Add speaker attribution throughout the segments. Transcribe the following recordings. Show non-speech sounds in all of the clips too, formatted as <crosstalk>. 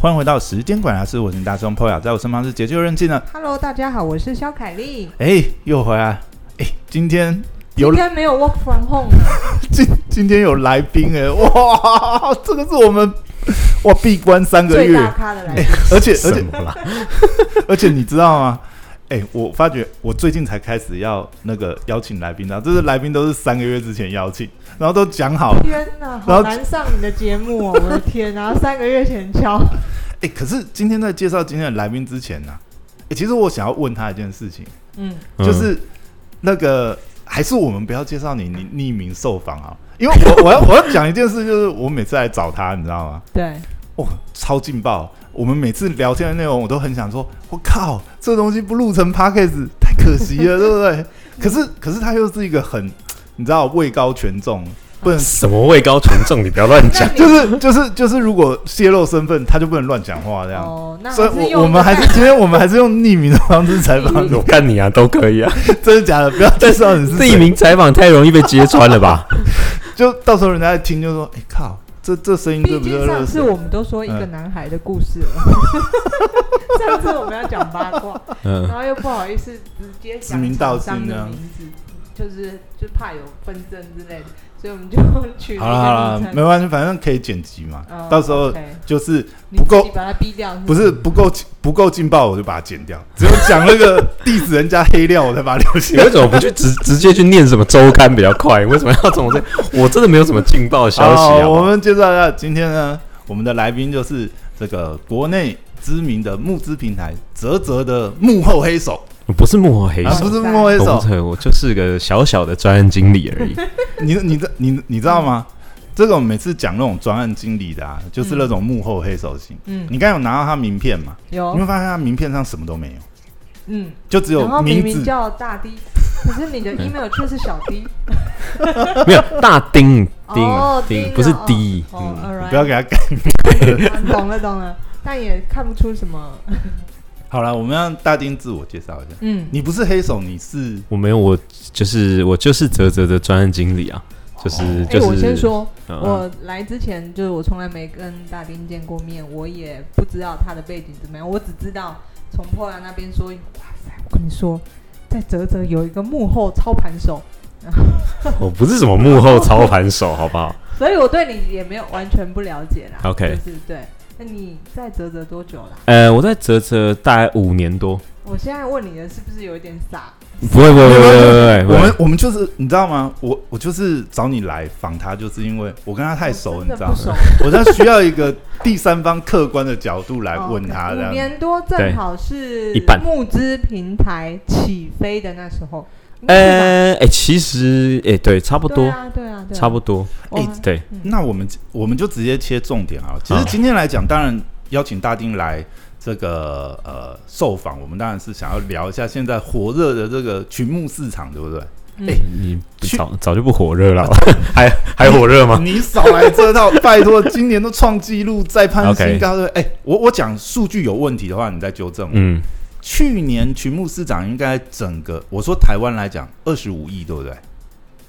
Speaker 1: 欢迎回到时间管家是我是你大众 p o y 在我身旁是解救任性的，
Speaker 2: Hello，大家好，我是肖凯丽。
Speaker 1: 哎，又回来，哎，今天有
Speaker 2: 今天没有 work from home
Speaker 1: <laughs>
Speaker 2: 啊，
Speaker 1: 今今天有来宾哎，哇，这个是我们哇闭关三个
Speaker 2: 最
Speaker 1: 月，
Speaker 2: 大咖的
Speaker 1: <laughs>
Speaker 2: 来宾，
Speaker 1: 而且而
Speaker 3: 什
Speaker 1: 且
Speaker 3: 么啦？
Speaker 1: 而且你知道吗？哎、我发觉我最近才开始要那个邀请来宾，然后这是来宾都是三个月之前邀请，然后都讲好，
Speaker 2: 天哪，
Speaker 1: 然后
Speaker 2: 好难上你的节
Speaker 1: <laughs>
Speaker 2: 目哦，我的天！然后三个月前敲，
Speaker 1: 哎、可是今天在介绍今天的来宾之前呢、哎、其实我想要问他一件事情，
Speaker 2: 嗯，
Speaker 1: 就是那个还是我们不要介绍你，你匿名受访啊，因
Speaker 2: <laughs>
Speaker 1: 为我我要我要讲一件事，就是我每次来找他，你知道吗？
Speaker 2: 对，
Speaker 1: 哇、超劲爆！我们每次聊天的内容，我都很想说，我靠，这东西不录成 podcast 太可惜
Speaker 2: <laughs>
Speaker 1: 了，对不对？可是可是他又是一个很，你知道，位高权重，不
Speaker 2: 哦
Speaker 1: 能。
Speaker 3: 什么位高权重？你不要乱讲。
Speaker 2: 那
Speaker 1: 就是就是就是，如果泄露身份，他就不能乱讲话这
Speaker 2: 你
Speaker 1: 样。
Speaker 2: 哦，那
Speaker 1: 啊所
Speaker 2: 还是
Speaker 1: 以
Speaker 2: 用
Speaker 1: 我我们还
Speaker 2: 一
Speaker 1: 是
Speaker 2: 个
Speaker 1: 今天我们还是用匿名的方式采
Speaker 2: <laughs>
Speaker 1: 访你，
Speaker 3: <laughs> 我干你啊，都可以啊。 <laughs>
Speaker 1: 真的假的？不要再说你是谁
Speaker 3: 匿名采访太容易被揭穿了吧？
Speaker 1: 就到时候人家一听就说：“哎、靠，这这声 <laughs> 音对
Speaker 2: 毕
Speaker 1: 不对
Speaker 2: 竟？”上次我们都说一个
Speaker 1: 嗯
Speaker 2: 男孩的故
Speaker 1: <laughs>
Speaker 2: 事了，上次我们要讲八卦，
Speaker 3: <laughs> 嗯
Speaker 2: 然，后又不好意思直接
Speaker 1: 指
Speaker 2: 讲
Speaker 1: 名道
Speaker 2: 厂
Speaker 1: 姓
Speaker 2: 商
Speaker 1: 这
Speaker 2: 的
Speaker 1: 样
Speaker 2: 名字，就是就怕有纷争之类的，所以我们就取
Speaker 1: 好了好了，
Speaker 2: 一个昵称
Speaker 1: 没关系，反正可以剪辑嘛。
Speaker 2: 哦
Speaker 1: 到时候
Speaker 2: OK
Speaker 1: 就是
Speaker 2: 你
Speaker 1: 不
Speaker 2: 自
Speaker 1: 够
Speaker 2: 己，把它逼掉，
Speaker 1: 不是不够不够劲爆，我就把它剪掉。只有讲那
Speaker 2: <laughs>
Speaker 1: 个 diss 人家黑料，我才把它留
Speaker 3: 你
Speaker 1: 下来
Speaker 3: 为。什么不去直直接去念什么周刊比较快？为什么要从这？我真的没有什么劲爆的消息啊。
Speaker 1: 好，我们介绍一下，今天呢，我们的来宾就是这个国内知名的募资平台泽泽的幕后黑手，
Speaker 3: 我不是幕后黑
Speaker 1: 啊，
Speaker 3: 手，
Speaker 1: 不是幕后黑
Speaker 3: 我
Speaker 1: 手
Speaker 3: 不，是，我就是个小小的专案经理 <laughs> 而已。
Speaker 1: 你你的你你知道吗？这种每次讲那种专案经理的啊，就是那种幕后黑手型。
Speaker 2: 嗯
Speaker 1: 你刚才有拿到他名片嘛？你会
Speaker 2: 有
Speaker 1: 发现他名片上什么都没有，
Speaker 2: 嗯，
Speaker 1: 就只
Speaker 2: 然后
Speaker 1: 有
Speaker 2: 明
Speaker 1: 名
Speaker 2: 明
Speaker 1: 字。
Speaker 2: 叫大 D，可是你
Speaker 3: <laughs>
Speaker 2: 的 email 却是小 D，
Speaker 3: 没有大丁
Speaker 2: 哦
Speaker 3: 丁
Speaker 2: 丁
Speaker 3: 丁，不是
Speaker 2: 哦
Speaker 3: 低。
Speaker 2: 哦
Speaker 3: 嗯，
Speaker 1: 不要
Speaker 2: ，alright，嗯
Speaker 1: 给他改。 <laughs>
Speaker 2: <laughs> 懂了懂了，但也看不出什么，
Speaker 1: 好了，我们让大丁自我介绍一下。
Speaker 2: 嗯，
Speaker 1: 你不是黑手，你是
Speaker 3: 我没有，我就是我就是泽泽的专案经理啊，就是
Speaker 2: 哎，
Speaker 3: 就是。
Speaker 2: 我先说，
Speaker 3: 嗯，
Speaker 2: 我来之前就是我从来没跟大丁见过面，我也不知道他的背景怎么样，我只知道从破兰那边说，哇塞，我跟你说，在泽泽有一个幕后操盘手，
Speaker 3: 我不是什么幕后操盘手，好不好？
Speaker 2: 所以我对你也没有完全不了解啦。
Speaker 3: OK
Speaker 2: 就是对。那你在泽泽多久啦？
Speaker 3: 呃，我在泽泽大概五年多，
Speaker 2: 我现在问你的是不是有一点傻？
Speaker 3: 不会不会不会不会，
Speaker 1: 我们我们就是你知道吗？我我就是找你来访他，就是因为我跟他太熟，
Speaker 2: 我
Speaker 1: 你知
Speaker 2: 哦真的
Speaker 1: 道
Speaker 2: 不
Speaker 1: 吗，
Speaker 2: 熟。
Speaker 1: 我在需要一个第三方客观的角度来问他
Speaker 2: 哦
Speaker 1: 这
Speaker 2: 五
Speaker 1: 样。
Speaker 2: 年多正好是
Speaker 3: 对一半
Speaker 2: 募资平台起飞的那时候。哎，
Speaker 3: 呃哎，其实哎对，差不
Speaker 2: 对
Speaker 3: 多
Speaker 2: 啊，对啊，对啊，
Speaker 3: 差不多，
Speaker 2: 我
Speaker 1: 哎
Speaker 2: 们
Speaker 3: 对，
Speaker 1: 那我们我们就直接切重点好了。其实
Speaker 3: 好
Speaker 1: 今天来讲，当然邀请大丁来这个呃受访，我们当然是想要聊一下现在火热的这个群募市场，对不对？
Speaker 3: 你
Speaker 1: 去
Speaker 3: 早早就不火热了，还还火热吗？
Speaker 1: 你少来这套，拜托，今年都创纪录，再攀新
Speaker 3: OK
Speaker 1: 高。对，哎，我我讲数据有问题的话，你再纠正我。
Speaker 3: 嗯，
Speaker 1: 去年群募市场应该整个，我说台湾来讲，二十五亿，对不对？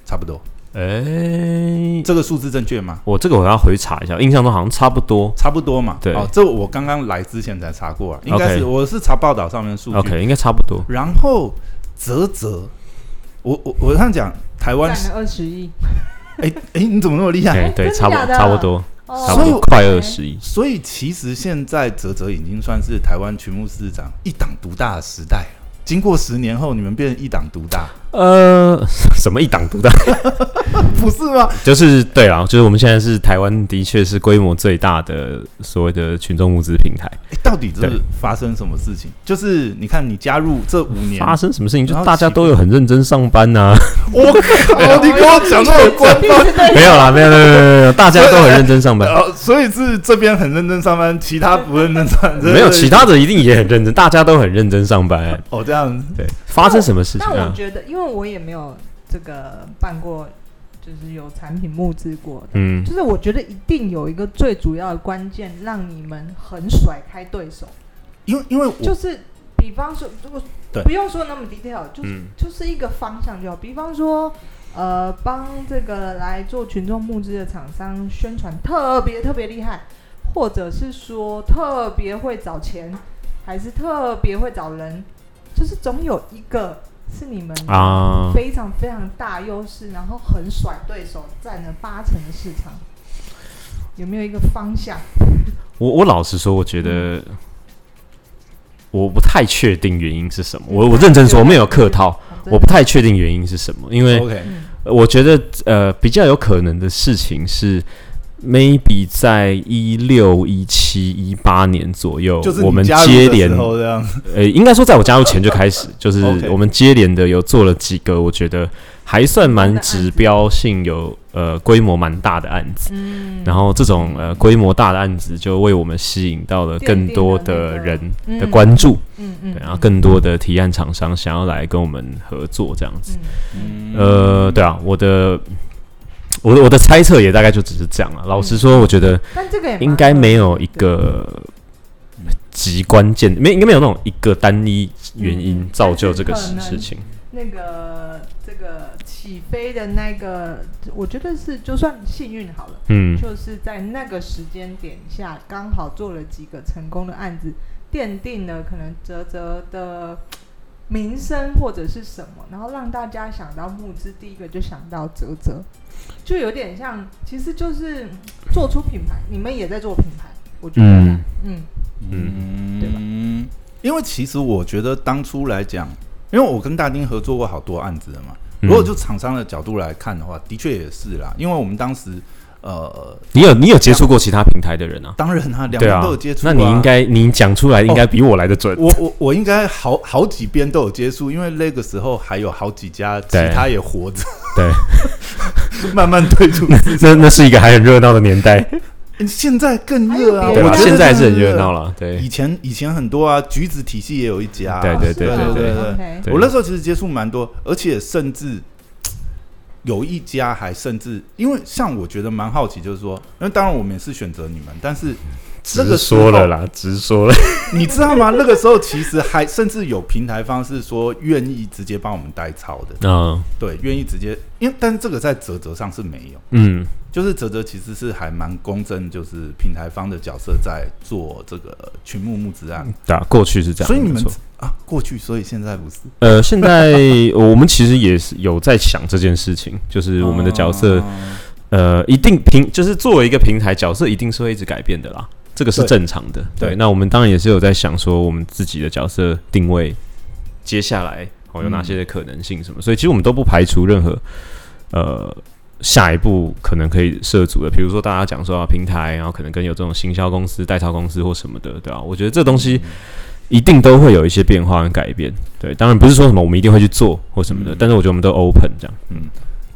Speaker 1: 差不多，
Speaker 3: 哎，
Speaker 1: 这个数字正确吗？
Speaker 3: 我这个我要回查一下，印象中好像差不多。
Speaker 1: 差不多嘛。
Speaker 3: 对
Speaker 1: 哦，这我刚刚来之前才查过啊，应该是
Speaker 3: OK
Speaker 1: 我是查报道上面的数据。
Speaker 3: OK，应该差不多。
Speaker 1: 然后泽泽，我我我这样讲，台湾
Speaker 2: 占了二十亿，
Speaker 1: 哎哎，你怎么那么厉害？
Speaker 3: 哎，对，
Speaker 2: 真的
Speaker 3: 差不
Speaker 2: 假的
Speaker 3: 差不多，
Speaker 2: 哦
Speaker 3: 差不
Speaker 1: 所以
Speaker 3: 多快二十亿。
Speaker 1: 所以其实现在泽泽已经算是台湾群牧市长一党独大的时代了。经过十年后，你们变成一党独大，
Speaker 3: 呃，什么一党独大？嗯
Speaker 1: 不是吗？
Speaker 3: 就是对啊，就是我们现在是台湾的确是规模最大的所谓的群众募资平台。
Speaker 1: 哎到底这
Speaker 3: 对
Speaker 1: 发生什么事情？就是你看，你加入这五年，
Speaker 3: 发生什么事情？就
Speaker 1: 然后
Speaker 3: 大家都有很认真上班啊呐、
Speaker 1: 我靠！你跟我讲那么官方，
Speaker 3: <laughs> 没有啦，没有，没有，没有，没有，大家都很认真上班。
Speaker 1: 呃，所以是这边很认真上班，其他不认 <laughs> 真上班，
Speaker 3: <laughs> 没有，其他的一定也很认真，大家都很认真上班、
Speaker 1: 哦这样子。
Speaker 3: 对，发生什么事情
Speaker 2: 那我
Speaker 3: 啊？
Speaker 2: 觉得，因为我也没有这个办过，就是有产品募资过的，
Speaker 3: 嗯，
Speaker 2: 就是我觉得一定有一个最主要的关键，让你们很甩开对手，
Speaker 1: 因为因为
Speaker 2: 就
Speaker 1: 我
Speaker 2: 是比方说，如果
Speaker 1: 对
Speaker 2: 不用说那么 detail，就是、
Speaker 3: 嗯
Speaker 2: 就是一个方向就好。比方说，呃，帮这个来做群众募资的厂商宣传特别特别厉害，或者是说特别会找钱，还是特别会找人，就是总有一个是你们
Speaker 3: 啊
Speaker 2: 非常非常大优势，然后很甩对手，占了八成的市场。有没有一个方向？
Speaker 3: 我我老实说，我觉得我不太确定原因是什么。我我认真说，我没有客套，我不太确定原因是什么，因为
Speaker 1: OK，
Speaker 3: 我觉得呃比较有可能的事情是，maybe 在一六一七一八年左右，
Speaker 1: 就是你
Speaker 3: 我们
Speaker 1: 加入
Speaker 3: 接
Speaker 1: 的
Speaker 3: 连
Speaker 1: 时候这样，
Speaker 3: 呃，应该说在我加入前就开
Speaker 1: <laughs>
Speaker 3: 始，就是
Speaker 1: OK
Speaker 3: 我们接连的有做了几个，我觉得还算蛮指标性有呃规模蛮大的案子。
Speaker 2: 嗯
Speaker 3: 然后这种呃规模大的案子，就为我们吸引到了更多的人的啊关注，
Speaker 2: 嗯嗯
Speaker 3: 对，然后更多的提案厂商想要来跟我们合作这样
Speaker 2: 嗯
Speaker 3: 子。
Speaker 1: 嗯
Speaker 3: 呃，对啊，我的我的我的猜测也大概就只是这样了。老实说，我觉得
Speaker 2: 但这个也蛮
Speaker 3: 应该没有一个
Speaker 1: 嗯
Speaker 3: 极关键，没应该没有那种一个单一原因
Speaker 2: 嗯
Speaker 3: 造就这个
Speaker 2: 但是可
Speaker 3: 事
Speaker 2: 能
Speaker 3: 事情。
Speaker 2: 那个这个起飞的那个，我觉得是就算幸运好了，
Speaker 3: 嗯
Speaker 2: 就是在那个时间点下，刚好做了几个成功的案子，奠定了可能泽泽的名声或者是什么，然后让大家想到募资，第一个就想到泽泽，就有点像，其实就是嗯做出品牌，你们也在做品牌，我觉得啦，嗯
Speaker 1: 嗯，
Speaker 2: 对吧
Speaker 1: 因为其实我觉得当初来讲，因为我跟大丁合作过好多案子了嘛。
Speaker 3: 嗯
Speaker 1: 如果就厂商的角度来看的话，的确也是啦，因为我们当时呃，
Speaker 3: 你有你有接触过其他平台的人啊？
Speaker 1: 当然啊，两
Speaker 3: 对
Speaker 1: 边
Speaker 3: 啊
Speaker 1: 都有接，触、
Speaker 3: 那你应该你讲出来应该比我来的准。
Speaker 1: 我我我应该好好几边都有接触，因为那个时候还有好几家其
Speaker 3: 对
Speaker 1: 他也活着，<laughs>
Speaker 3: 对，
Speaker 1: 慢慢退出。
Speaker 3: 那那是一个还很热闹的
Speaker 1: <laughs>
Speaker 3: 年代，
Speaker 1: 现在更
Speaker 2: 还有
Speaker 1: 热啊，
Speaker 2: 别
Speaker 3: 对
Speaker 2: 的
Speaker 1: 我
Speaker 3: 吧？
Speaker 1: 觉得
Speaker 3: 现在是很
Speaker 1: 更
Speaker 3: 热闹。了，对
Speaker 1: 以前以前很多啊，橘子体系也有一家啊、
Speaker 3: 对对对
Speaker 2: 哦是吗
Speaker 1: 对对对
Speaker 2: OK
Speaker 3: 对
Speaker 1: 我那时候其实接触蛮多，而且甚至有一家还甚至，因为像我觉得蛮好奇，就是说，因为当然我们也是选择你们，但是那
Speaker 3: 直
Speaker 1: 个时候
Speaker 3: 说了啦，直
Speaker 1: <laughs>
Speaker 3: 说了。
Speaker 1: 你知
Speaker 3: <laughs>
Speaker 1: 道吗？那个时候其实还甚至有平台方是说愿意直接帮我们代操的，
Speaker 3: 嗯
Speaker 1: 对，愿意直接，因为但是这个在泽泽上是没有，
Speaker 3: 嗯
Speaker 1: 就是泽泽其实是还蛮公正，就是平台方的角色在做这个群募募资案，
Speaker 3: 对啊，过去是这样，
Speaker 1: 所以你
Speaker 3: 没
Speaker 1: 们
Speaker 3: 错
Speaker 1: 啊过去，所以现在不是
Speaker 3: 呃，现在我们其实也是有在想这件事情，就是我们的角色，
Speaker 1: 哦
Speaker 3: 呃，一定平，就是作为一个平台，角色一定是会一直改变的啦，这个是
Speaker 1: 对
Speaker 3: 正常的。
Speaker 1: 对
Speaker 3: 那我们当然也是有在想说，我们自己的角色定位，接下来哦有哪
Speaker 1: 嗯
Speaker 3: 些的可能性什么，所以其实我们都不排除任何呃下一步可能可以涉足的，比如说大家讲说啊平台，然后可能跟有这种行销公司、代操公司或什么的，对吧、啊我觉得这东西。一定都会有一些变化跟改变，对，当然不是说什么我们一定会去做或什么的，
Speaker 1: 嗯
Speaker 3: 但是我觉得我们都 open 这样，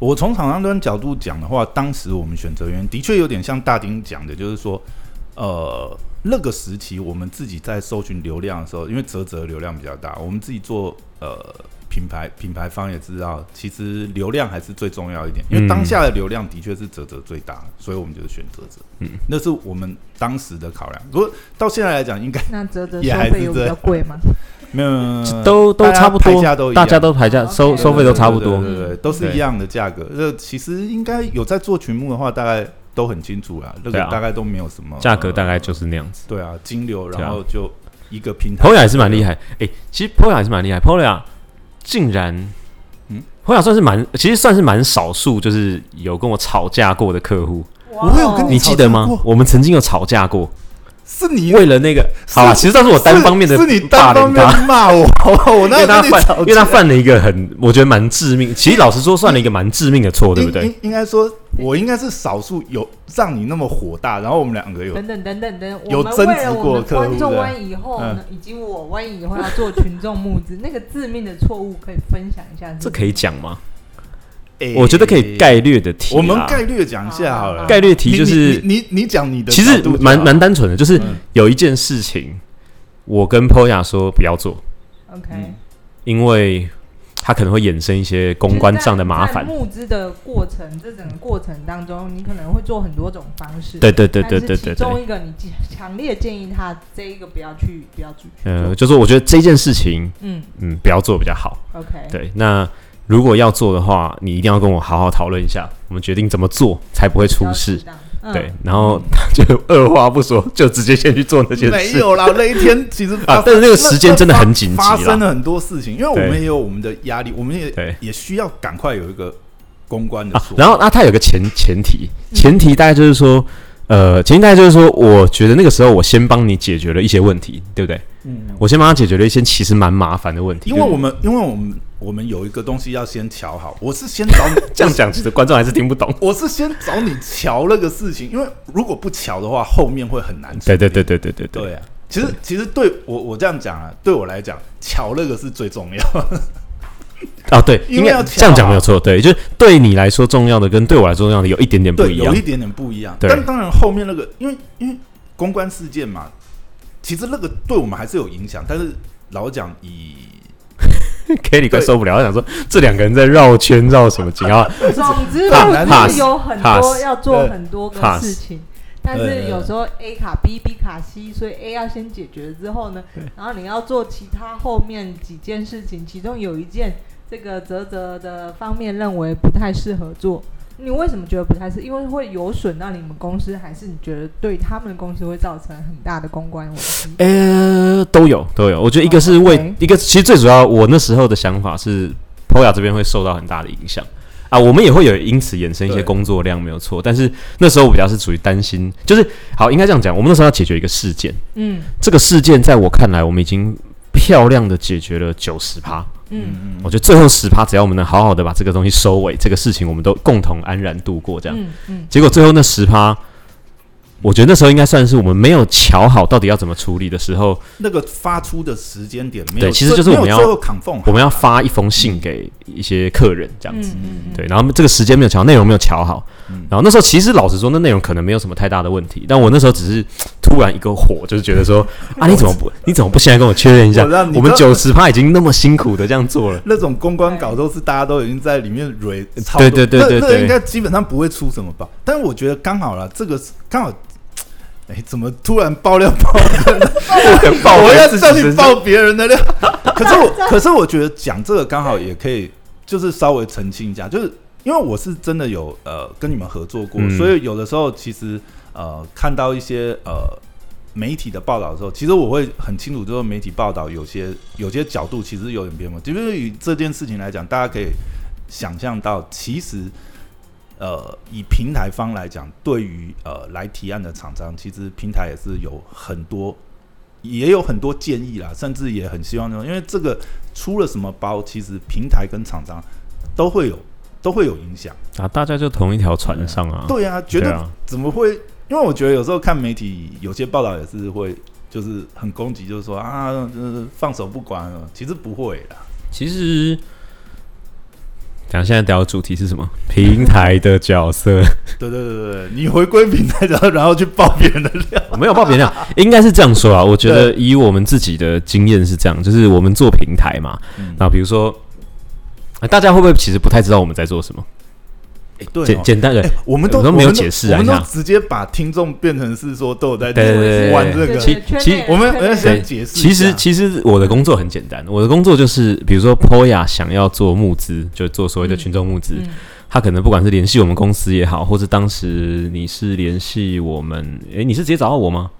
Speaker 1: 我从厂商端角度讲的话，当时我们选择员的确有点像大丁讲的，就是说，呃，那个时期我们自己在搜寻流量的时候，因为泽泽流量比较大，我们自己做呃品牌品牌方也知道，其实流量还是最重要一点，因为
Speaker 3: 嗯
Speaker 1: 当下的流量的确是泽泽最大，所以我们就是选泽泽，嗯，那是我们当时的考量。不过到现在来讲，应该
Speaker 2: 那泽泽
Speaker 1: 也
Speaker 2: 收
Speaker 1: 还
Speaker 2: 费
Speaker 1: 是
Speaker 2: 有比
Speaker 1: 这
Speaker 2: 较贵吗？
Speaker 1: 没有没有没有没有
Speaker 3: 都都
Speaker 1: 呃大家
Speaker 3: 差不
Speaker 1: 牌
Speaker 3: 多，
Speaker 1: 价都一
Speaker 3: 大
Speaker 1: 样
Speaker 3: 家都排价
Speaker 2: 哦
Speaker 3: 收
Speaker 2: OK
Speaker 3: 收费都差不多，
Speaker 1: 对对对对对都是
Speaker 3: 对
Speaker 1: 一样的价格。这其实应该有在做群募的话，大概都很清楚啦，那个
Speaker 3: 对啊
Speaker 1: 大概都没有什么
Speaker 3: 价格大概
Speaker 1: 呃
Speaker 3: 就是那样子。
Speaker 1: 对啊，金流，
Speaker 3: 对啊
Speaker 1: 然后就一个平台啊
Speaker 3: Pola 也是蛮厉害，诶，其实 Pola 也是蛮厉害，Pola 竟然，嗯
Speaker 1: 嗯
Speaker 3: ，Pola 算是蛮，其实算是蛮少数，就是有跟我吵架过的客户，
Speaker 1: <laughs>
Speaker 2: 我
Speaker 1: 我有跟
Speaker 3: 你记得吗
Speaker 1: 哦吵架过？
Speaker 3: 我们曾经有吵架过，
Speaker 1: 是你
Speaker 3: 为了那个，好啦，
Speaker 1: 是
Speaker 3: 其实算是我单方面的
Speaker 1: 是是你
Speaker 3: 霸
Speaker 1: 单方
Speaker 3: 凌
Speaker 1: 面
Speaker 3: 他。
Speaker 1: 骂我，好不好？我
Speaker 3: 因
Speaker 1: 哦那
Speaker 3: 为他犯，因为他
Speaker 1: 犯
Speaker 3: 犯了一个很，我觉得蛮致命。其实老实说，算了一个蛮致命的错， <laughs> 对不对？
Speaker 1: 应应该说，我应该是少数有让你那么火大，然后我们两个有
Speaker 2: 等等等等等，
Speaker 1: 有
Speaker 2: 我们
Speaker 1: 增
Speaker 2: 为
Speaker 1: 值
Speaker 2: 了我
Speaker 1: 过
Speaker 2: 们
Speaker 1: 客户
Speaker 2: 观众，
Speaker 1: 的
Speaker 2: 万一以后
Speaker 1: 嗯
Speaker 2: 呢，以及我万一以后要做群众募资， <laughs> 那个致命的错误可以分享一下是
Speaker 3: 这
Speaker 2: 不
Speaker 3: 可
Speaker 2: 是
Speaker 3: 以讲吗？
Speaker 1: 诶
Speaker 3: <laughs> 我觉得可以概略的提啦，
Speaker 1: 我们概略讲一下好了。
Speaker 3: 概率题
Speaker 1: 你
Speaker 3: 就是
Speaker 1: 你你你你讲你的
Speaker 3: 其
Speaker 1: 角
Speaker 3: 实
Speaker 1: 度就好了，
Speaker 3: 蛮蛮单纯的，就是
Speaker 1: 嗯
Speaker 3: 有一件事情，我跟 Poya 说不要做，
Speaker 2: OK
Speaker 1: 嗯。
Speaker 3: 因为它可能会衍生一些公关上的
Speaker 2: 就
Speaker 3: 麻
Speaker 2: 是在
Speaker 3: 烦。
Speaker 2: 在募资的过程，这整个过程当中，你可能会做很多种方式。
Speaker 3: 对对对对对
Speaker 2: 但是
Speaker 3: 对
Speaker 2: 其中
Speaker 3: 对，
Speaker 2: 一个你建强烈建议他这一个不要去，不要去去
Speaker 3: 呃，
Speaker 2: 做。
Speaker 3: 就是我觉得这件事情，
Speaker 2: 嗯
Speaker 3: 嗯，不要做比较好。
Speaker 2: ，OK。
Speaker 3: 对，那如果要做的话，你一定要跟我好好讨论一下，我们决定怎么做才不会
Speaker 2: 比
Speaker 3: 出
Speaker 2: 较
Speaker 3: 事
Speaker 2: 适。当，嗯
Speaker 3: 对，然后他就二话不说， <laughs> 就直接先去做那件
Speaker 1: 没
Speaker 3: 事
Speaker 1: 有啦，那一天其实发
Speaker 3: 啊。但是那个时间真的很紧
Speaker 1: 发
Speaker 3: 急
Speaker 1: 生
Speaker 3: 啦，
Speaker 1: 了很多事情，因为我们
Speaker 3: 对
Speaker 1: 也有我们的压力，我们也
Speaker 3: 对
Speaker 1: 也需要赶快有一个公关的
Speaker 3: 啊
Speaker 1: 说。。
Speaker 3: 然后那他有个前前提，前提大概就是说，呃，前提大概就是说，我觉得那个时候我先帮你解决了一些问题，对不对？
Speaker 1: 嗯，
Speaker 3: 我先帮他解决了一些其实蛮麻烦的问题，
Speaker 1: 因为我们因为我们我们有一个东西要先瞧好，我是先找
Speaker 3: <laughs>
Speaker 1: 你
Speaker 3: 这样讲，其实观众还是听不懂。
Speaker 1: 我是先找你瞧那个事情，因为如果不瞧的话，后面会很难处
Speaker 3: 对
Speaker 1: 理。
Speaker 3: 对对对对对对，
Speaker 1: 对啊，其实其实对我我这样讲啊，对我来讲，瞧那个是最重要。
Speaker 3: 哦对，
Speaker 1: 因为
Speaker 3: 应该
Speaker 1: 要
Speaker 3: 这样
Speaker 1: 调
Speaker 3: 讲
Speaker 1: 啊
Speaker 3: 没有错，对，就是对你来说重要的跟对我来说重要的有一点点不
Speaker 1: 对，
Speaker 3: 一
Speaker 1: 有
Speaker 3: 样
Speaker 1: 一，点点不一样。
Speaker 3: 对
Speaker 1: 但当然后面那个，因为因为公关事件嘛，其实那个对我们还是有影响，但是老讲以
Speaker 3: <laughs> Kelly 快
Speaker 1: 对
Speaker 3: 受不了，他想说这两个人在绕圈绕什么
Speaker 1: <laughs>
Speaker 3: 劲啊？
Speaker 2: 总之，
Speaker 1: 怕
Speaker 2: 我
Speaker 1: 怕
Speaker 2: 是
Speaker 1: 死
Speaker 2: 有很
Speaker 3: 怕
Speaker 2: 多
Speaker 3: 死
Speaker 2: 要做
Speaker 1: 对
Speaker 2: 很多
Speaker 3: 怕
Speaker 2: 个
Speaker 3: 死
Speaker 2: 事情，但
Speaker 1: 对
Speaker 2: 是
Speaker 1: 对
Speaker 2: 有
Speaker 1: 对
Speaker 2: 时候 A 卡 B，B 卡 C，所以 A 要先解决之后呢，然后你要做其他后面几件事情，其中有一件这个泽泽的方面认为不太适合做。你为什么觉得不太适？因为会有损到你们公司，还是你觉得对他们公司会造成很大的公关危机？
Speaker 3: 呃，都有都有，我觉得一个是为、
Speaker 2: 哦，OK
Speaker 3: 一个，其实最主要我那时候的想法是 p o y a 这边会受到很大的影响啊，我们也会有因此衍生一些
Speaker 1: 对
Speaker 3: 工作量没有错，但是那时候我比较是属于担心，就是好应该这样讲，我们那时候要解决一个事件，
Speaker 2: 嗯
Speaker 3: 这个事件在我看来我们已经漂亮的解决了九十趴，
Speaker 2: 嗯，
Speaker 1: 嗯
Speaker 3: 我觉得最后十趴只要我们能好好的把这个东西收尾，这个事情我们都共同安然度过这样。
Speaker 2: 嗯嗯
Speaker 3: 结果最后那十趴，我觉得那时候应该算是我们没有瞧好到底要怎么处理的时候，
Speaker 1: 那个发出的时间点没有，
Speaker 3: 对其实就是我们要
Speaker 1: 没有最后 confirm 好
Speaker 3: 我们要发一封信给一些客人这样子。
Speaker 2: 嗯
Speaker 3: 对，然后这个时间没有瞧，内容没有瞧好，
Speaker 1: 嗯
Speaker 3: 然后那时候其实老实说，那内容可能没有什么太大的问题，但我那时候只是突然一个火，就是觉
Speaker 1: <laughs>
Speaker 3: 得说啊，你怎么不你怎么不先来跟我确认一下？
Speaker 1: 我让你
Speaker 3: 我们
Speaker 1: 知道
Speaker 3: 九十趴已经那么辛苦的这样做了，
Speaker 1: 那种公关稿都是大家都已经在里面蕊，操
Speaker 3: 对
Speaker 1: 作
Speaker 3: 对对对
Speaker 1: 那那
Speaker 3: 对
Speaker 1: 应该基本上不会出什么吧？但我觉得刚好了，这个是刚好，哎，怎么突然爆料爆？
Speaker 3: <laughs> 爆
Speaker 1: <laughs> 我
Speaker 3: 回
Speaker 1: 要
Speaker 3: 自己
Speaker 1: 叫
Speaker 3: 身
Speaker 1: 你
Speaker 3: 上
Speaker 1: 爆别人的
Speaker 3: <laughs>
Speaker 1: 料？可是我，可是我觉得讲这个刚好也可以，就是稍微澄清一下，就是因为我是真的有呃跟你们合作过，
Speaker 3: 嗯
Speaker 1: 所以有的时候其实呃看到一些呃。媒体的报道的时候，其实我会很清楚，就是媒体报道有些有些角度其实有点偏颇。就是以这件事情来讲，大家可以想象到，其实呃，以平台方来讲，对于呃来提案的厂商，其实平台也是有很多，也有很多建议啦，甚至也很希望那种，因为这个出了什么包，其实平台跟厂商都会有都会有影响。
Speaker 3: 啊，大家就同一条船上啊，
Speaker 1: 对啊，绝
Speaker 3: 对
Speaker 1: 对
Speaker 3: 啊，
Speaker 1: 怎么会？因为我觉得有时候看媒体有些报道也是会，就是很攻击，就是说啊，就是放手不管，其实不会啦。
Speaker 3: 其实。讲现在聊的主题是什么？平台的角色
Speaker 1: 对对对对对，你回归平台，然后然后去爆别人的料，
Speaker 3: 没有爆别人料，应该是这样说啊。我觉得以我们自己的经验是这样，就是我们做平台嘛，
Speaker 1: 嗯
Speaker 3: 那比如说，呃大家会不会其实不太知道我们在做什么？
Speaker 1: 哎对、哦，
Speaker 3: 简简单的，
Speaker 1: 哎我们都
Speaker 3: 我都没有
Speaker 1: 都
Speaker 3: 解释啊
Speaker 1: 我们
Speaker 3: 你
Speaker 1: 都
Speaker 3: 看
Speaker 1: 直接把听众变成是说都有在
Speaker 3: 对对对对
Speaker 1: 玩这
Speaker 2: 对
Speaker 1: 个
Speaker 2: 对。
Speaker 3: 其
Speaker 2: 对圈
Speaker 3: 其
Speaker 2: 内
Speaker 1: 我们呃
Speaker 2: 圈
Speaker 1: 我们
Speaker 2: 内
Speaker 1: 先
Speaker 3: 对
Speaker 1: 解释一下
Speaker 3: 其实其实我的工作很简单，我的工作就是，比如说 Poya 想要做募资，就做所谓的群众募资，
Speaker 2: 嗯
Speaker 3: 他可能不管是联系我们公司也好，或是当时你是联系我们，诶，你是直接找到我吗？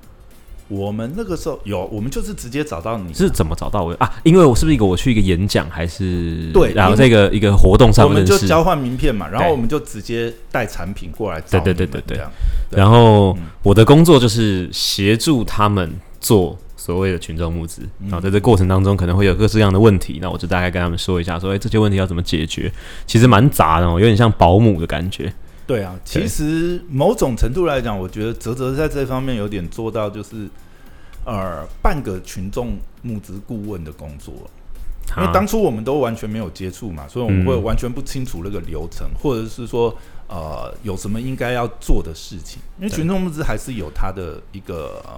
Speaker 1: 我们那个时候有，我们就是直接找到你，
Speaker 3: 是怎么找到我的啊？因为我是不是一个我去一个演讲还是
Speaker 1: 对
Speaker 3: 然后
Speaker 1: 因为
Speaker 3: 在一个一个活动
Speaker 1: 我
Speaker 3: 上
Speaker 1: 们
Speaker 3: 认
Speaker 1: 就
Speaker 3: 识，
Speaker 1: 交换名片嘛，然后
Speaker 3: 对
Speaker 1: 我们就直接带产品过来找
Speaker 3: 对对
Speaker 1: 你
Speaker 3: 对
Speaker 1: 们
Speaker 3: 对对
Speaker 1: 这样对
Speaker 3: 然后
Speaker 1: 嗯
Speaker 3: 我的工作就是协助他们做所谓的群众募资，
Speaker 1: 嗯
Speaker 3: 然后在这过程当中可能会有各式各样的问题，那我就大概跟他们说一下，说哎、这些问题要怎么解决，其实蛮杂的、哦，有点像保姆的感觉。
Speaker 1: 对啊，
Speaker 3: 对
Speaker 1: 其实某种程度来讲，我觉得泽泽在这方面有点做到，就是呃，半个群众募资顾问的工作。因
Speaker 3: 啊
Speaker 1: 为当初我们都完全没有接触嘛，所以我们
Speaker 3: 嗯
Speaker 1: 会完全不清楚那个流程，或者是说呃有什么应该要做的事情。因为
Speaker 3: 对
Speaker 1: 群众募资还是有它的一个呃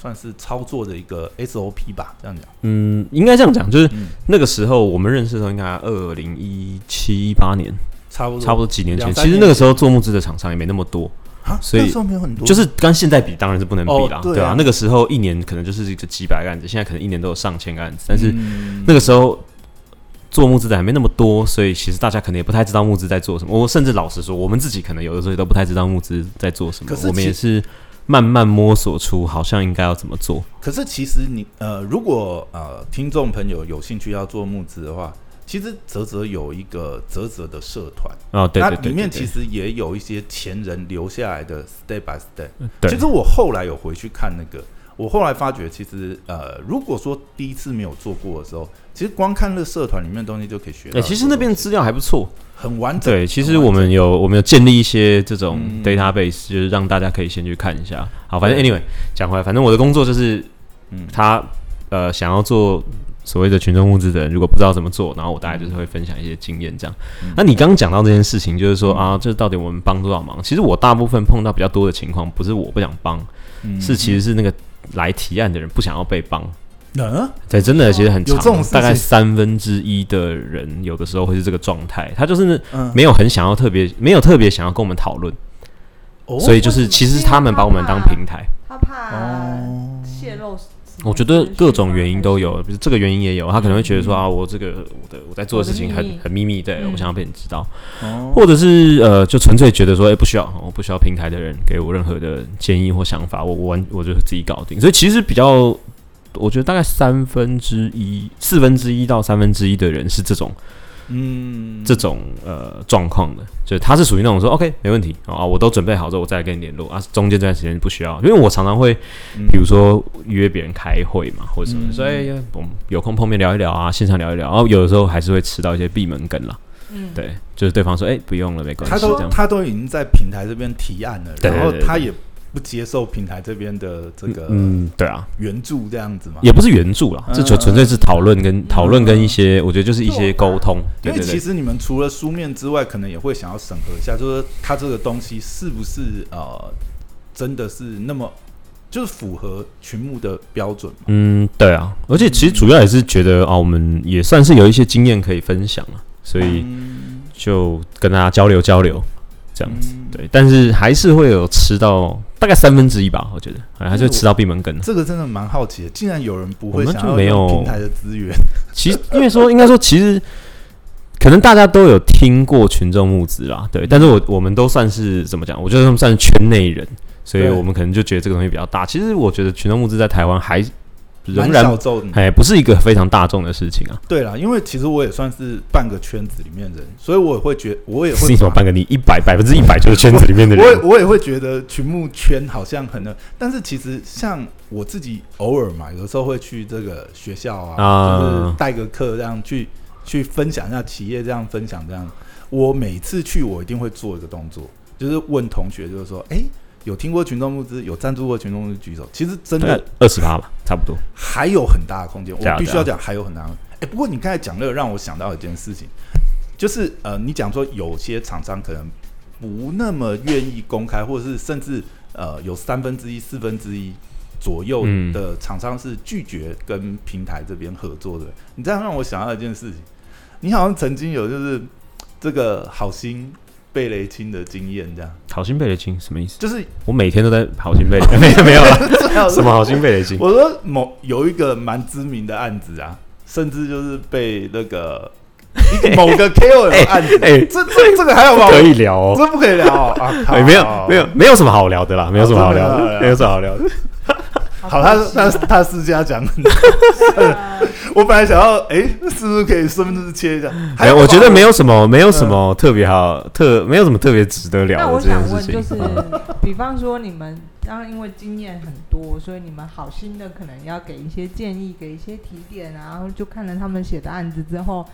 Speaker 1: 算是操作的一个 SOP 吧，这样讲。
Speaker 3: 嗯，应该这样讲，就是
Speaker 1: 嗯
Speaker 3: 那个时候我们认识的时候，应该二零一七一八年，
Speaker 1: 差不多，
Speaker 3: 差不多几年前。
Speaker 1: 两三
Speaker 3: 其
Speaker 1: 年
Speaker 3: 实那个时候做募资的厂商也没那么多，
Speaker 1: 啊，
Speaker 3: 所以
Speaker 1: 那时候没有很多，
Speaker 3: 就是跟现在比，当然是不能比啦，
Speaker 1: 哦对啊
Speaker 3: 对啊，那个时候一年可能就是这几百个案子，现在可能一年都有上千个案子，但是
Speaker 1: 嗯
Speaker 3: 那个时候做募资的还没那么多，所以其实大家可能也不太知道募资在做什么。我甚至老实说，我们自己可能有的时候也都不太知道募资在做什么
Speaker 1: 可是。其
Speaker 3: 我们也是慢慢摸索出好像应该要怎么做。
Speaker 1: 可是其实你呃，如果呃听众朋友有兴趣要做募资的话，其实泽泽有一个泽泽的社团，
Speaker 3: 哦，对对对
Speaker 1: 那里面
Speaker 3: 对
Speaker 1: 其实也有一些前人留下来的 step by step。
Speaker 3: 对
Speaker 1: 其实我后来有回去看那个，我后来发觉，其实呃，如果说第一次没有做过的时候，其实光看那社团里面的东西就可以学到很
Speaker 3: 哎、
Speaker 1: 多东西。
Speaker 3: 其实那边资料还不错。
Speaker 1: 很完整。
Speaker 3: 对，其
Speaker 1: 很
Speaker 3: 实
Speaker 1: 完
Speaker 3: 我们有我们有建立一些这种
Speaker 1: 嗯
Speaker 3: database，、就是让大家可以先去看一下。好，反正
Speaker 1: 对
Speaker 3: anyway 讲回来，反正我的工作就是
Speaker 1: 嗯
Speaker 3: 他呃想要做所谓的群众募资的人，如果不知道怎么做，然后我大概就是会分享一些经验这样。
Speaker 1: 嗯
Speaker 3: 那你刚刚讲到这件事情，就是说啊，这到底我们帮多少忙？其实我大部分碰到比较多的情况，不是我不想帮，
Speaker 1: 嗯
Speaker 3: 是其实是那个来提案的人不想要被帮。
Speaker 1: 嗯
Speaker 3: 对，真的其实很
Speaker 1: 有
Speaker 3: 长，
Speaker 1: 这种事
Speaker 3: 大概
Speaker 1: 情
Speaker 3: 三分之一的人有的时候会是这个状态，他就是
Speaker 1: 嗯
Speaker 3: 没有很想要特别，没有特别想要跟我们讨论，
Speaker 1: 哦
Speaker 3: 所以就
Speaker 2: 为
Speaker 3: 是
Speaker 2: 什么
Speaker 3: 其实是他们把我们当平台，
Speaker 2: 他怕
Speaker 1: 哦，
Speaker 2: 泄露什么
Speaker 3: 我觉得各种原因都有，比如这个原因也有，他可能会觉得说啊，我这个我的我在做的事情
Speaker 2: 我的秘
Speaker 3: 很
Speaker 2: 密
Speaker 3: 很秘密，对
Speaker 2: 嗯
Speaker 3: 我不想要被人知道，
Speaker 1: 哦
Speaker 3: 或者是呃，就纯粹觉得说，哎，不需要，我不需要平台的人给我任何的建议或想法，我我完我就自己搞定，所以其实比较。我觉得大概三分之一、四分之一到三分之一的人是这种
Speaker 1: 嗯，
Speaker 3: 这种呃状况的，就是他是属于那种说 OK 没问题啊、我都准备好之后我再来跟你联络啊，中间这段时间不需要，因为我常常会
Speaker 1: 嗯
Speaker 3: 比如说约别人开会嘛或者什么
Speaker 1: 嗯
Speaker 3: 的，所以我们有空碰面聊一聊啊，线上聊一聊，然后有的时候还是会吃到一些闭门羹啦，
Speaker 2: 嗯，
Speaker 3: 对，就是对方说哎、不用了没关
Speaker 1: 他
Speaker 3: 系这
Speaker 1: 都
Speaker 3: 样，
Speaker 1: 他都已经在平台这边提案了，
Speaker 3: 对对
Speaker 1: 然后
Speaker 3: 对对
Speaker 1: 他也不接受平台这边的这个嗯
Speaker 3: 嗯对啊，
Speaker 1: 援助这样子嘛。
Speaker 3: 也不是援助啦，这纯纯粹是讨论跟讨论跟一些我觉得就是一些沟通，
Speaker 1: 嗯啊因
Speaker 3: 对
Speaker 1: 为
Speaker 3: 对
Speaker 1: 其
Speaker 3: 对。
Speaker 1: 实你们除了书面之外，可能也会想要审核一下，就是他这个东西是不是呃真的是那么就是符合群目的标准嘛？
Speaker 3: 嗯，对啊，而且其实主要也是觉得啊，我们也算是有一些经验可以分享了，所以
Speaker 1: 嗯
Speaker 3: 就跟大家交流交流，这样子。
Speaker 1: 嗯
Speaker 3: 对，但是还是会有吃到大概三分之一吧，我觉得，哎还是会吃到闭门羹。
Speaker 1: 这个真的蛮好奇的，竟然有人不
Speaker 3: 我
Speaker 1: 会
Speaker 3: 们
Speaker 1: 想
Speaker 3: 就
Speaker 1: 要
Speaker 3: 没
Speaker 1: 用
Speaker 3: 有
Speaker 1: 平台的资源，
Speaker 3: 其实因为说，应该说，其实可能大家都有听过群众募资啦，对，但是我我们都算是怎么讲？我觉得他们算是圈内人，所以
Speaker 1: 对
Speaker 3: 我们可能就觉得这个东西比较大。其实我觉得群众募资在台湾还 <laughs> 仍
Speaker 1: 蛮
Speaker 3: 然
Speaker 1: 小众的。
Speaker 3: 哎不是一个非常大众的事情啊，
Speaker 1: 对啦，因为其实我也算是半个圈子里面人，所以我也会觉，我也会
Speaker 3: 是 <laughs> 你怎么办个你一百百分之一百就是圈子里面的
Speaker 1: 我也
Speaker 3: 人，
Speaker 1: 我也会觉得群目圈好像很那，但是其实像我自己偶尔嘛，有时候会去这个学校啊，
Speaker 3: 啊
Speaker 1: 就是带个课这样去去分享一下企业，这样分享这样。我每次去，我一定会做一个动作，就是问同学，就是说，哎、有听过群众募资，有赞助过群众募资，举手。其实真的
Speaker 3: 二十趴吧，差不多。
Speaker 1: 还有很大的空间，
Speaker 3: 对啊
Speaker 1: 我必须要讲还有很大的。哎、不过你刚才讲那个让我想到一件事情，就是呃，你讲说有些厂商可能不那么愿意公开，或者是甚至呃有三分之一、四分之一左右
Speaker 3: 嗯
Speaker 1: 的厂商是拒绝跟平台这边合作的。你这样让我想到一件事情，你好像曾经有就是这个好心被雷亲的经验，这样
Speaker 3: 好心被雷亲什么意思？
Speaker 1: 就是
Speaker 3: 我每天都在好心被雷，
Speaker 1: <laughs>
Speaker 3: 没有没有了，
Speaker 1: 最好是
Speaker 3: 什么好心被雷亲？
Speaker 1: 我说某有一个蛮知名的案子啊，甚至就是被那个一
Speaker 3: <laughs>
Speaker 1: 个某个 KOL 的案子，
Speaker 3: 哎哎
Speaker 1: 这这这个还有吗？
Speaker 3: 可以聊哦，
Speaker 1: 这不可以聊
Speaker 3: <laughs>
Speaker 1: 哦啊！靠
Speaker 3: 哎，没有没有，没有什么好聊的啦，没有什么好
Speaker 1: 真
Speaker 3: 聊
Speaker 1: 的没有啊
Speaker 3: 的，
Speaker 1: 了
Speaker 3: 没有什么好聊的。
Speaker 1: 好，他他他私下讲， <laughs>
Speaker 3: <laughs>
Speaker 1: 我本来想要，哎，是不是可以顺便切一下？
Speaker 3: 哎，我觉得没
Speaker 1: 有
Speaker 3: 有什么，没有什么特别好，特没有什么特别值得
Speaker 2: 嗯那
Speaker 3: 聊
Speaker 2: 我
Speaker 3: 的这
Speaker 2: 想
Speaker 3: 件
Speaker 2: 问，
Speaker 3: 事
Speaker 2: 就
Speaker 3: 情。嗯
Speaker 2: 是比方说你们当然因为经验很多，所以你们好心的可能要给一些建议，给一些提点啊，然后就看了他们写的案子之后，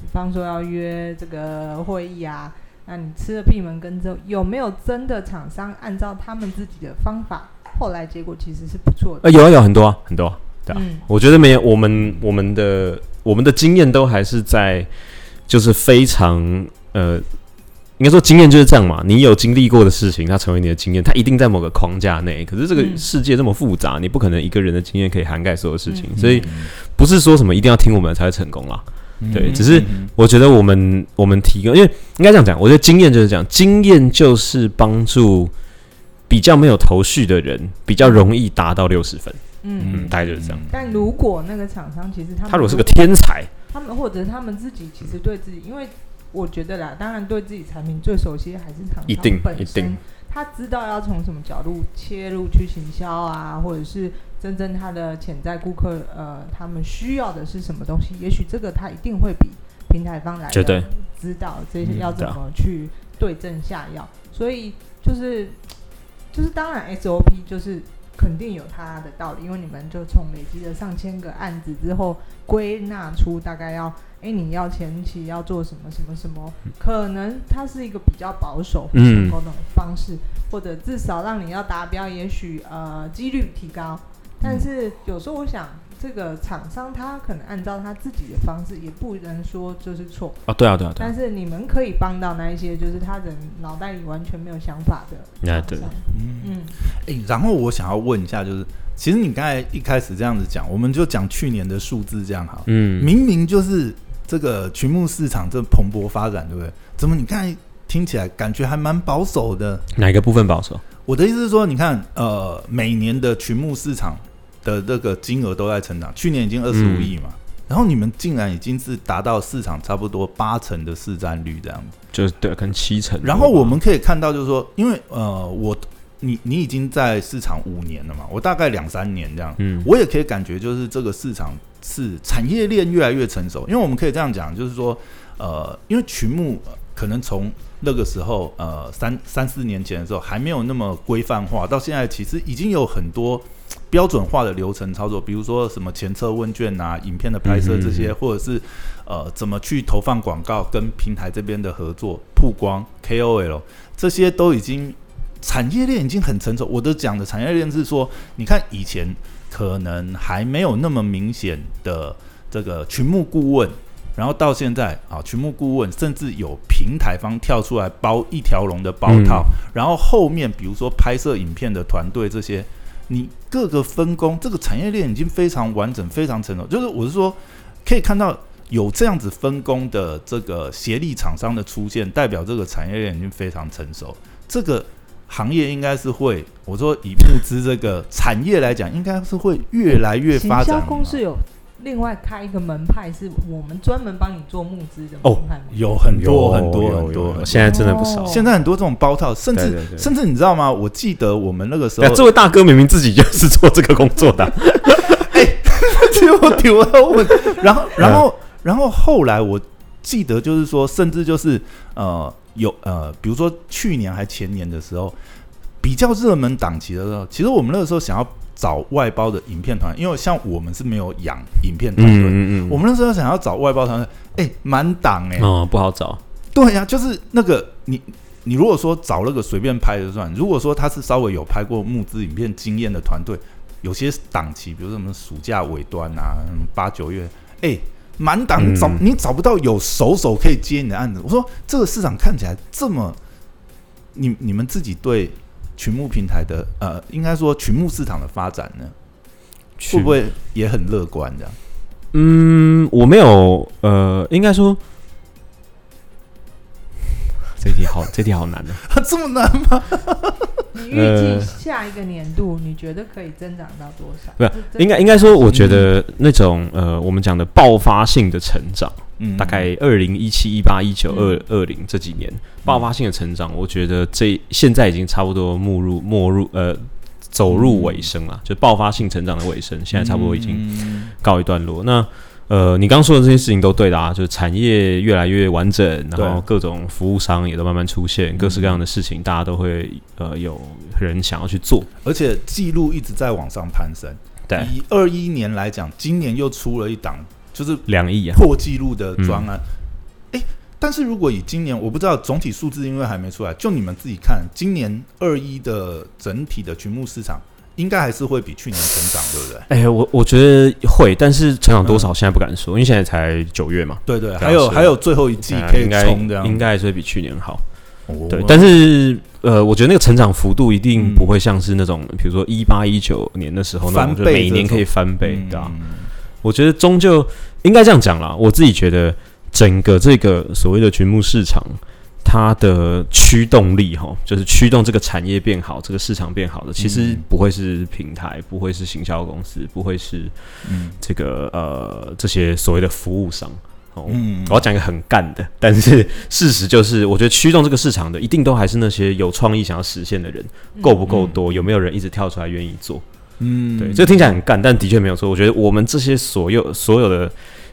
Speaker 2: 比方说要约这个会议啊，那你吃了闭门羹之后，有没有真的厂商按照他们自己的方法，后来结果其实是不错的？
Speaker 3: 呃，有啊有啊很多啊很多啊，对啊
Speaker 2: 嗯，
Speaker 3: 我觉得没有，我们我们的我们的经验都还是在，就是非常呃。应该说，经验就是这样嘛。你有经历过的事情，它成为你的经验，它一定在某个框架内。可是这个
Speaker 2: 嗯
Speaker 3: 世界这么复杂，你不可能一个人的经验可以涵盖所有事情，
Speaker 2: 嗯
Speaker 3: 所以不是说什么一定要听我们的才会成功啦。
Speaker 1: 嗯
Speaker 3: 对只是我觉得我们我们提供，因为应该这样讲，我觉得经验就是这样，经验就是帮助比较没有头绪的人比较容易达到六十分。
Speaker 2: 嗯。
Speaker 3: 嗯大概就是这样。
Speaker 2: 但如果那个厂商其实他们
Speaker 3: 他如果是个天才，
Speaker 2: 他们或者他们自己其实对自己，因为我觉得啦，当然对自己产品最熟悉的还是厂
Speaker 3: 一定
Speaker 2: 商本
Speaker 3: 一定
Speaker 2: 身，他知道要从什么角度切入去行销啊，或者是真正他的潜在顾客呃，他们需要的是什么东西，也许这个他一定会比平台方来
Speaker 3: 绝对
Speaker 2: 的知道这些
Speaker 3: 嗯
Speaker 2: 要怎
Speaker 3: 对啊
Speaker 2: 么去对症下药，所以就是就是当然 SOP 就是肯定有它的道理，因为你们就从累积了上千个案子之后，归纳出大概要，哎，你要前期要做什么什么什么，可能它是一个比较保守或
Speaker 3: 嗯
Speaker 2: 成功的方式，或者至少让你要达标，也许呃几率提高。但是有时候我想，这个厂商他可能按照他自己的方式，也不能说就是错，
Speaker 3: 啊，对啊，对啊，对啊
Speaker 2: 但，是你们可以帮到那一些就是他人脑袋里完全没有想法的
Speaker 3: 那
Speaker 2: 厂
Speaker 3: 对啊
Speaker 2: 商。
Speaker 1: 嗯，
Speaker 2: 嗯，
Speaker 1: 诶，然后我想要问一下，就是其实你刚才一开始这样子讲，我们就讲去年的数字这样好了，
Speaker 3: 嗯，
Speaker 1: 明明就是这个群牧市场正蓬勃发展，对不对？怎么你刚才听起来感觉还蛮保守的？
Speaker 3: 哪一个部分保守？
Speaker 1: 我的意思是说，你看，呃，每年的群牧市场的这个金额都在成长，去年已经二十五
Speaker 3: 嗯
Speaker 1: 亿嘛，然后你们竟然已经是达到市场差不多八成的市占率这样子。
Speaker 3: 就是对，可能七成。
Speaker 1: 然后我们可以看到，就是说，因为呃，我你你已经在市场五年了嘛，我大概两三年这样，
Speaker 3: 嗯，
Speaker 1: 我也可以感觉就是这个市场是产业链越来越成熟，因为我们可以这样讲，就是说，呃，因为群牧呃可能从那个时候，呃，三三四年前的时候还没有那么规范化，到现在其实已经有很多嘖标准化的流程操作，比如说什么前测问卷啊、影片的拍摄这些，
Speaker 3: 嗯
Speaker 1: 或者是呃怎么去投放广告、跟平台这边的合作、曝光、KOL 这些都已经产业链已经很成熟。我的讲的产业链是说，你看以前可能还没有那么明显的这个群目顾问，然后到现在啊，群目顾问甚至有平台方跳出来包一条龙的包套，然后后面比如说拍摄影片的团队这些，你各个分工，这个产业链已经非常完整、非常成熟。就是我是说，可以看到。有这样子分工的这个协力厂商的出现，代表这个产业链已经非常成熟。这个行业应该是会，我说以募资这个产业来讲，应该是会越来越发
Speaker 2: 行销
Speaker 1: 展。
Speaker 2: 公司有另外开一个门派，是我们专门帮你做募资的
Speaker 1: 哦
Speaker 2: 门派吗？
Speaker 1: 有很多
Speaker 3: 有
Speaker 1: 很多
Speaker 3: 有
Speaker 1: 很
Speaker 3: 有
Speaker 1: 多
Speaker 3: 有
Speaker 1: 很多，
Speaker 3: 现在真的不少
Speaker 2: 哦。
Speaker 1: 现在很多这种包套，甚至
Speaker 3: 对对对
Speaker 1: 甚至你知道吗？我记得我们那个时
Speaker 3: 哎
Speaker 1: 候，
Speaker 3: 这位大哥明明自己就是做这个工作的，啊
Speaker 1: <laughs> 结果丢了问，然后然后然后后来我记得就是说，甚至就是呃有呃，比如说去年还前年的时候，比较热门档期的时候，其实我们那个时候想要找外包的影片团，因为像我们是没有养影片团队，
Speaker 3: 嗯嗯
Speaker 1: 我们那时候想要找外包团队，哎、满档哎、
Speaker 3: 哦不好找，
Speaker 1: 对呀、就是那个你你如果说找那个随便拍的就算，如果说他是稍微有拍过募资影片经验的团队，有些档期，比如说什么暑假尾端啊，嗯八九月，哎、满档
Speaker 3: 嗯
Speaker 1: 找、你找不到有手手可以接你的案子。我说这个市场看起来这么，你你们自己对群募平台的呃，应该说群募市场的发展呢，会不会也很乐观这样？
Speaker 3: 嗯，我没有，呃，应该说， <laughs> 这题好， <laughs> 这题好难啊的、
Speaker 1: 这么难吗？
Speaker 2: 你预计下一个年度你觉得可以增长到多少？
Speaker 3: 不是
Speaker 2: 这这
Speaker 3: 呃应该，应该说，我觉得那种，呃，我们讲的爆发性的成长，
Speaker 1: 嗯
Speaker 3: 大概二零一七、一八、一九、二二零这几年爆发性的成长，我觉得这现在已经差不多没入没入，呃，走入尾声了，就爆发性成长的尾声，现在差不多已经
Speaker 1: 嗯
Speaker 3: 告一段落。那呃，你刚说的这些事情都对的啊，就是产业越来越完整，
Speaker 1: 对
Speaker 3: 然后各种服务商也都慢慢出现，各式各样的事情，大家都会呃有人想要去做。
Speaker 1: 而且记录一直在往上攀升。
Speaker 3: 对，
Speaker 1: 以二一年来讲，今年又出了一档就是
Speaker 3: 两亿啊，
Speaker 1: 破纪录的专案。
Speaker 3: 嗯
Speaker 1: 诶，但是如果以今年，我不知道总体数字，因为还没出来，就你们自己看，今年二一的整体的群募市场应该还是会比去年成长，对不对？
Speaker 3: 哎、我我觉得会，但是成长多少现在不敢说，因为现在才九月嘛，
Speaker 1: 对对，
Speaker 3: 对啊
Speaker 1: 还有
Speaker 3: 是
Speaker 1: 还有最后一季可以
Speaker 3: 应该
Speaker 1: 冲这样，
Speaker 3: 应该还是会比去年好。
Speaker 1: 哦
Speaker 3: 对，但是呃，我觉得那个成长幅度一定不会像是那种，比如说一八一九年的时候那种，
Speaker 1: 翻
Speaker 3: 就
Speaker 1: 倍
Speaker 3: 每
Speaker 1: 这
Speaker 3: 年可以
Speaker 1: 种
Speaker 3: 翻倍，
Speaker 1: 嗯
Speaker 3: 对啊。我觉得终究应该这样讲啦。我自己觉得，整个这个所谓的群募市场，它的驱动力哈，就是驱动这个产业变好，这个市场变好的，其实
Speaker 1: 嗯
Speaker 3: 不会是平台，不会是行销公司，不会是
Speaker 1: 嗯
Speaker 3: 这个呃这些所谓的服务商。哦，
Speaker 1: 嗯
Speaker 3: 我要讲一个很干的，但是事实就是，我觉得驱动这个市场的，一定都还是那些有创意想要实现的人，
Speaker 2: 嗯
Speaker 3: 够不够多，有没有人一直跳出来愿意做？
Speaker 1: 嗯
Speaker 3: 对，这个听起来很干，但的确没有错。我觉得我们这些所有所有的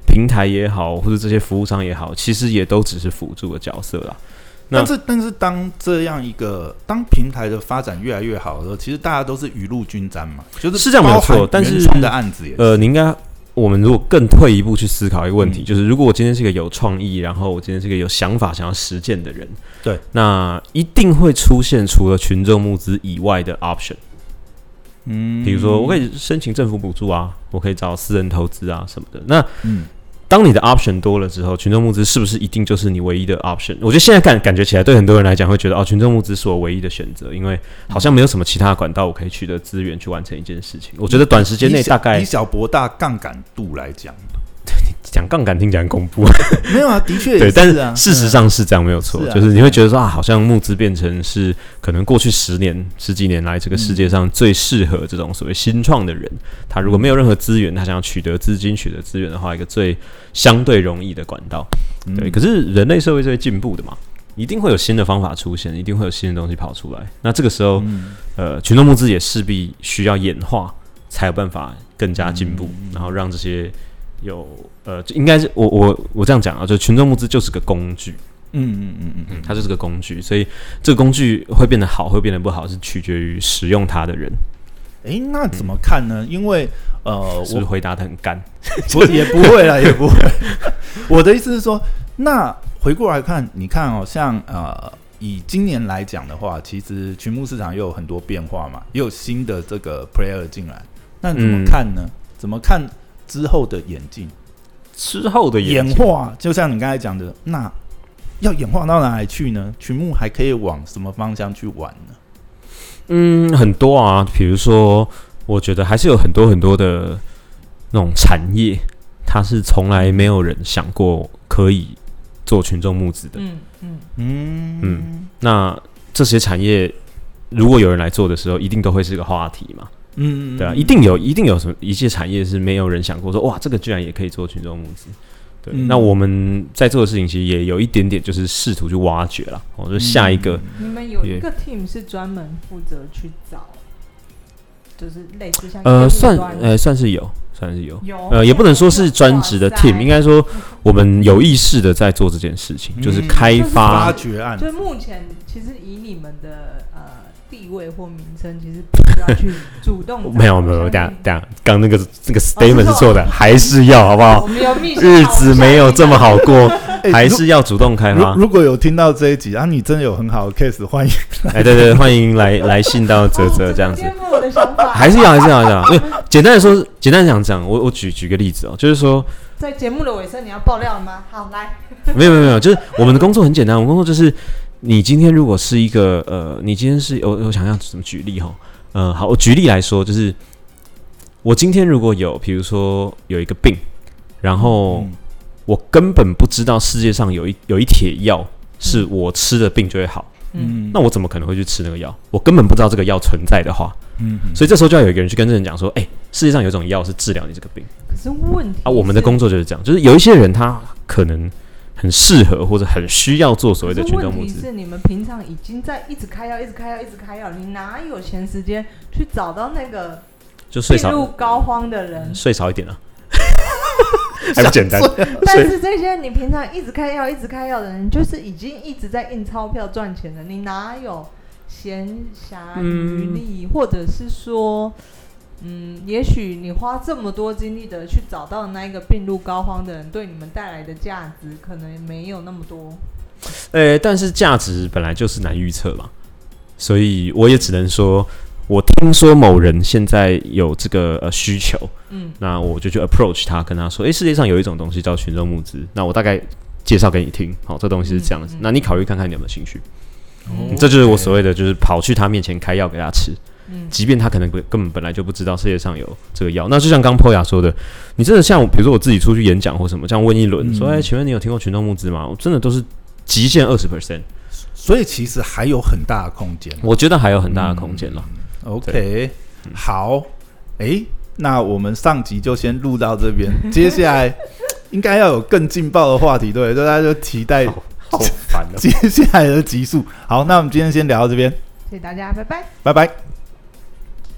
Speaker 3: 平台也好，或者这些服务商也好，其实也都只是辅助的角色啦。那
Speaker 1: 但是，但是，当这样一个当平台的发展越来越好的时候，其实大家都是雨露均沾嘛，就是
Speaker 3: 是这样没有
Speaker 1: 包含
Speaker 3: 错但是
Speaker 1: 原创的案子也是
Speaker 3: 呃，你应该，我们如果更退一步去思考一个问题，
Speaker 1: 嗯
Speaker 3: 就是如果我今天是一个有创意，然后我今天是一个有想法、想要实践的人，
Speaker 1: 对，
Speaker 3: 那一定会出现除了群众募资以外的 option。
Speaker 1: 嗯
Speaker 3: 比如说，我可以申请政府补助啊，我可以找私人投资啊什么的。那
Speaker 1: 嗯
Speaker 3: 当你的 option 多了之后，群众募资是不是一定就是你唯一的 option？我觉得现在感感觉起来，对很多人来讲会觉得哦，群众募资是我唯一的选择，因为好像没有什么其他的管道我可以取得资源去完成一件事情。我觉得短时间内
Speaker 1: 以小
Speaker 3: 大概
Speaker 1: 嗯以小博大杠杆度来
Speaker 3: <laughs>
Speaker 1: 讲，
Speaker 3: 讲杠杆听起来很恐
Speaker 1: <laughs>
Speaker 3: 怖，
Speaker 1: 没有啊，的确也
Speaker 3: 对，但
Speaker 1: 是
Speaker 3: 是
Speaker 1: 啊，
Speaker 3: 事实
Speaker 1: 嗯
Speaker 3: 上是这样没有错，
Speaker 1: 是啊
Speaker 3: 就是你会觉得说啊，好像募资变成是可能过去十年、十几年来这个世界上最适合这种所谓新创的人，他如果没有任何资源，他想要取得资金、取得资源的话，一个最相对容易的管道。
Speaker 1: 嗯
Speaker 3: 对，可是人类社会是会进步的嘛，一定会有新的方法出现，一定会有新的东西跑出来。那这个时候，
Speaker 1: 嗯
Speaker 3: 呃，群众募资也势必需要演化，才有办法更加进步，
Speaker 1: 嗯
Speaker 3: 然后让这些有呃，就应该是我我我这样讲啊，就群众募资就是个工具，
Speaker 1: 嗯嗯嗯嗯
Speaker 3: 它就是个工具，所以这个工具会变得好，会变得不好，是取决于使用它的人。
Speaker 1: 嗯，诶，那怎么看呢？因为呃，
Speaker 3: 是不
Speaker 1: 我
Speaker 3: 是回答的很干？ <laughs>
Speaker 1: 不也不会啦，也不会。 <laughs> 我的意思是说，那回过来看，你看哦，像呃，以今年来讲的话，其实群募市场又有很多变化嘛，也有新的这个 player 进来，那你怎么看呢？怎么看之后的演进、
Speaker 3: 之后的
Speaker 1: 演化？就像你刚才讲的，那要演化到哪里去呢？群募还可以往什么方向去玩呢？
Speaker 3: 嗯，很多啊，比如说，我觉得还是有很多很多的那种产业，它是从来没有人想过可以做群众募资的。
Speaker 2: 嗯嗯
Speaker 1: 嗯
Speaker 3: 嗯那这些产业如果有人来做的时候，一定都会是个话题嘛，
Speaker 1: 嗯
Speaker 3: 对啊，一定有，一定有什么一些产业是没有人想过说，哇，这个居然也可以做群众募资。对，
Speaker 1: 嗯
Speaker 3: 那我们在做的事情其实也有一点点，就是试图去挖掘啦。我、哦、就下一个，
Speaker 1: 嗯
Speaker 2: 嗯你们有
Speaker 3: 也
Speaker 2: 一个 team 是专门负责去找，就是类似像业务
Speaker 3: 呃，算
Speaker 2: 端
Speaker 3: 呃算是有，算是有，
Speaker 2: 有
Speaker 3: 呃，也不能说是专职的
Speaker 2: 哇塞
Speaker 3: team，应该说我们有意识的在做这件事情，
Speaker 1: 嗯
Speaker 3: 就是开
Speaker 1: 发
Speaker 3: 发。
Speaker 1: 掘案
Speaker 2: 就是目前其实以你们的呃地位或名称，其实不需要去主动找。
Speaker 3: <laughs> 没有没有，
Speaker 2: 我相信
Speaker 3: 等下等下，刚那个这个
Speaker 2: 嗯哦是
Speaker 3: statement
Speaker 2: 错
Speaker 3: 是错的，还是要好不
Speaker 2: 我 <laughs>
Speaker 3: 好？
Speaker 2: 们有秘书
Speaker 3: 哦日子没有这么好过，
Speaker 1: 哎
Speaker 3: <laughs> 还
Speaker 1: 如
Speaker 3: 是要主动开
Speaker 1: 如
Speaker 3: 发。
Speaker 1: 如果有听到这一集啊，你真的有很好的 case，欢迎
Speaker 3: 哎，对对，欢迎来来信到
Speaker 2: 好
Speaker 3: 泽
Speaker 2: 像
Speaker 3: 泽
Speaker 2: <laughs>
Speaker 3: 这样子
Speaker 2: 哦。个颠覆我的想法。
Speaker 3: 还是要还是要还是要，因为简单的说，简单地讲讲，我我举举个例子哦，就是说，
Speaker 2: 在节目的尾声，你要爆料了吗？好，来，
Speaker 3: 没有没有没有，就是我们的工作很简单，我们工作就是你今天如果是一个呃，你今天是我我想要怎么举例哈，呃，好，我举例来说，就是我今天如果有比如说有一个病，然后
Speaker 1: 嗯
Speaker 3: 我根本不知道世界上有一有一帖药是我吃了病就会好，
Speaker 1: 嗯
Speaker 3: 那我怎么可能会去吃那个药？我根本不知道这个药存在的话，
Speaker 1: 嗯嗯
Speaker 3: 所以这时候就要有一个人去跟这个人讲说，哎、世界上有一种药是治疗你这个病。
Speaker 2: 可是问题
Speaker 3: 啊，我们的
Speaker 2: 是
Speaker 3: 工作就是这样，就是有一些人他可能很适合或者很需要做所谓的
Speaker 2: 可
Speaker 3: 群
Speaker 2: 是
Speaker 3: 众
Speaker 2: 问
Speaker 3: 募
Speaker 2: 题
Speaker 3: 资，
Speaker 2: 是你们平常已经在一直开药、一直开药、一直开药，你哪有闲时间去找到那个
Speaker 3: 就睡
Speaker 2: 病入
Speaker 3: 少
Speaker 2: 膏肓的人？
Speaker 3: 睡少一点啊，还不
Speaker 1: <laughs>
Speaker 3: 简单？
Speaker 2: 但
Speaker 3: 睡
Speaker 2: 是这些你平常一直开药、一直开药的人，就是已经一直在印钞票赚钱了，你哪有闲暇余力？或者是说，嗯，也许你花这么多精力的去找到那一个病入膏肓的人，对你们带来的价值可能没有那么多。
Speaker 3: 呃，但是价值本来就是难预测嘛，所以我也只能说，我听说某人现在有这个呃需求，
Speaker 2: 嗯，
Speaker 3: 那我就去 approach 他，跟他说，诶，世界上有一种东西叫群众募资，那我大概介绍给你听，好、这东西是这样子，
Speaker 2: 嗯嗯
Speaker 3: 那你考虑看看你有没有兴趣，
Speaker 2: 嗯
Speaker 3: 这就是我所谓的就是跑去他面前开药给他吃。
Speaker 2: 嗯
Speaker 3: 即便他可能根本本来就不知道世界上有这个药。那就像刚 Poya 说的，你真的像我，比如说我自己出去演讲或什么，这样问一轮，
Speaker 1: 嗯
Speaker 3: 说：“哎，请问你有听过群众募资吗？”我真的都是极限二十 percent，
Speaker 1: 哦所以其实还有很大的空间。
Speaker 3: 我觉得还有很大的空间了。
Speaker 1: OK，好，
Speaker 3: 嗯
Speaker 1: 诶，那我们上集就先录到这边，接下来应该要有更劲爆的话题，对，大家就期待
Speaker 3: 好烦哦
Speaker 1: 接下来的集数。好，那我们今天先聊到这边，
Speaker 2: 谢谢大家，拜拜。
Speaker 1: 拜拜。